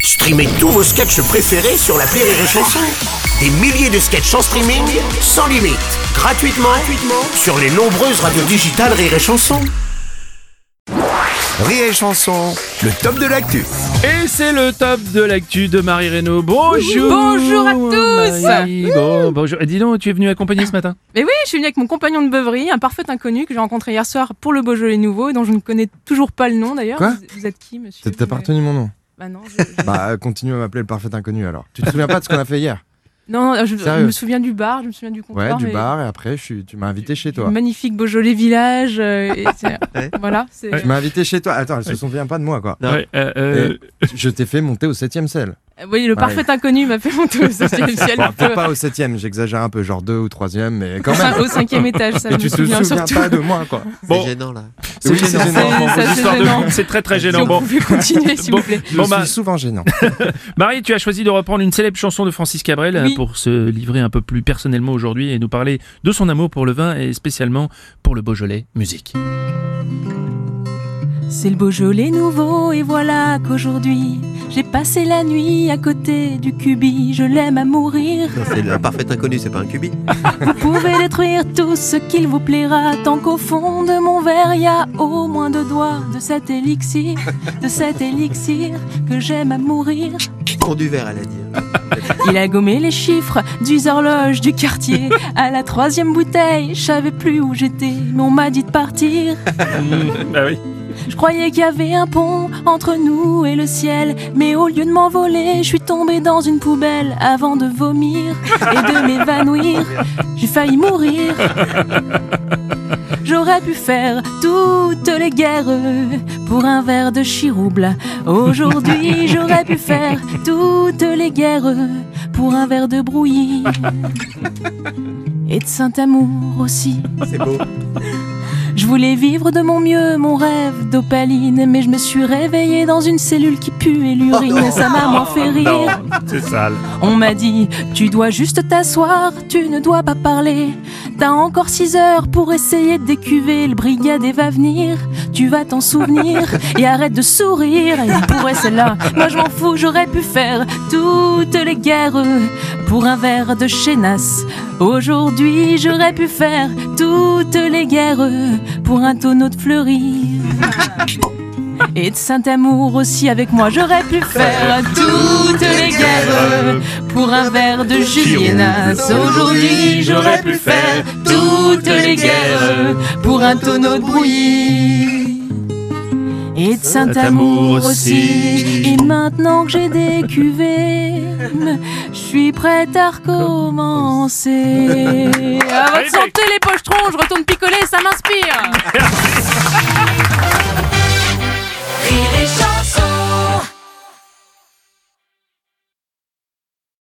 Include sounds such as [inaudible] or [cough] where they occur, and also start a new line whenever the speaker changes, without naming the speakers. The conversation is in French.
Streamez tous vos sketchs préférés sur la Rire et Chanson. Des milliers de sketchs en streaming, sans limite, gratuitement, gratuitement sur les nombreuses radios digitales Rire et Chanson.
Rire et chanson, le top de l'actu.
Et c'est le top de l'actu de Marie Reynaud. Bonjour
Bonjour à tous.
Marie, bon, bonjour. Eh, Dis donc, tu es venue accompagner ce matin
Mais oui, je suis venue avec mon compagnon de beuverie, un parfait inconnu que j'ai rencontré hier soir pour le Beaujolais nouveau, dont je ne connais toujours pas le nom d'ailleurs.
Quoi
vous, vous êtes qui, monsieur
T'as t'as pas retenu mon nom
Bah non, je- je-
Bah euh, continue à m'appeler le parfait inconnu alors. Tu te souviens pas de ce qu'on a fait hier
non, non, je, je
Sérieux
me souviens du bar, je me souviens du comptoir.
Ouais, du
mais-
bar et après je suis- tu m'as invité chez
du
toi.
Magnifique Beaujolais village. euh, et
[laughs]
c'est- voilà. c'est-
Tu m'as invité chez toi. Attends, elle se souvient pas de moi quoi.
Ouais, euh, euh,
Je t'ai fait monter au 7ème sel.
Euh, Oui, le parfait inconnu m'a fait monter au septième ciel.
Bon, peut-être
plutôt-
pas au 7ème, j'exagère un peu, genre 2 ou 3ème, mais quand même.
enfin, au cinquième étage, ça
Et
je
tu
me
te
souviens
souviens
surtout.
pas de moi quoi.
Bon.
C'est gênant là.
C'est
Oui,
gênant.
c'est gênant.
C'est-
bon,
ça,
vos
c'est
histoires de
gênant.
couple, c'est très très
Si
gênant.
on
Bon,
pouvait continuer, s'il vous plaît.
Je
Bon,
suis
bah-
souvent gênant.
Marie, tu as choisi de reprendre une célèbre chanson de Francis Cabrel
Oui.
euh, pour se livrer un peu plus personnellement aujourd'hui et nous parler de son amour pour le vin et spécialement pour le Beaujolais musique.
C'est le Beaujolais nouveau et voilà qu'aujourd'hui j'ai passé la nuit à côté du cubi, je l'aime à mourir.
Ça, C'est le parfait inconnu, c'est pas un cubi.
Vous pouvez détruire tout ce qu'il vous plaira tant qu'au fond de mon verre il y a au moins deux doigts de cet élixir, de cet élixir que j'aime à mourir.
Fond du verre, elle a dit.
Il a gommé les chiffres du horloges du quartier. À la troisième bouteille, je savais plus où j'étais, mais on m'a dit de partir.
bah oui.
Je croyais qu'il y avait un pont entre nous et le ciel, mais au lieu de m'envoler, je suis tombée dans une poubelle avant de vomir et de m'évanouir. J'ai failli mourir. J'aurais pu faire toutes les guerres pour un verre de chirouble. Aujourd'hui, j'aurais pu faire toutes les guerres pour un verre de brouillis et de Saint-Amour aussi.
C'est beau.
Je voulais vivre de mon mieux mon rêve d'opaline, mais je me suis réveillée dans une cellule qui pue et l'urine,
Oh non.
ça m'a moins fait
Non,
rire.
c'est sale.
On m'a dit, tu dois juste t'asseoir, tu ne dois pas parler. T'as encore 6 heures pour essayer de décuver, le brigade va venir, tu vas t'en souvenir, et arrête de sourire, il pourrait celle-là. Moi je m'en fous, j'aurais pu faire toutes les guerres pour un verre de chénasse. Aujourd'hui j'aurais pu faire toutes les guerres pour un tonneau de fleuris. Et de Saint-Amour aussi avec moi, j'aurais pu faire toutes les guerres pour un verre de Julienas. Aujourd'hui, j'aurais pu faire toutes les guerres pour un tonneau de brouillis. Et de Saint-Amour aussi. Et maintenant que j'ai décuvé, je suis prête à Ah, recommencer. À votre santé, les pochetrons, je retourne picoler, ça m'inspire.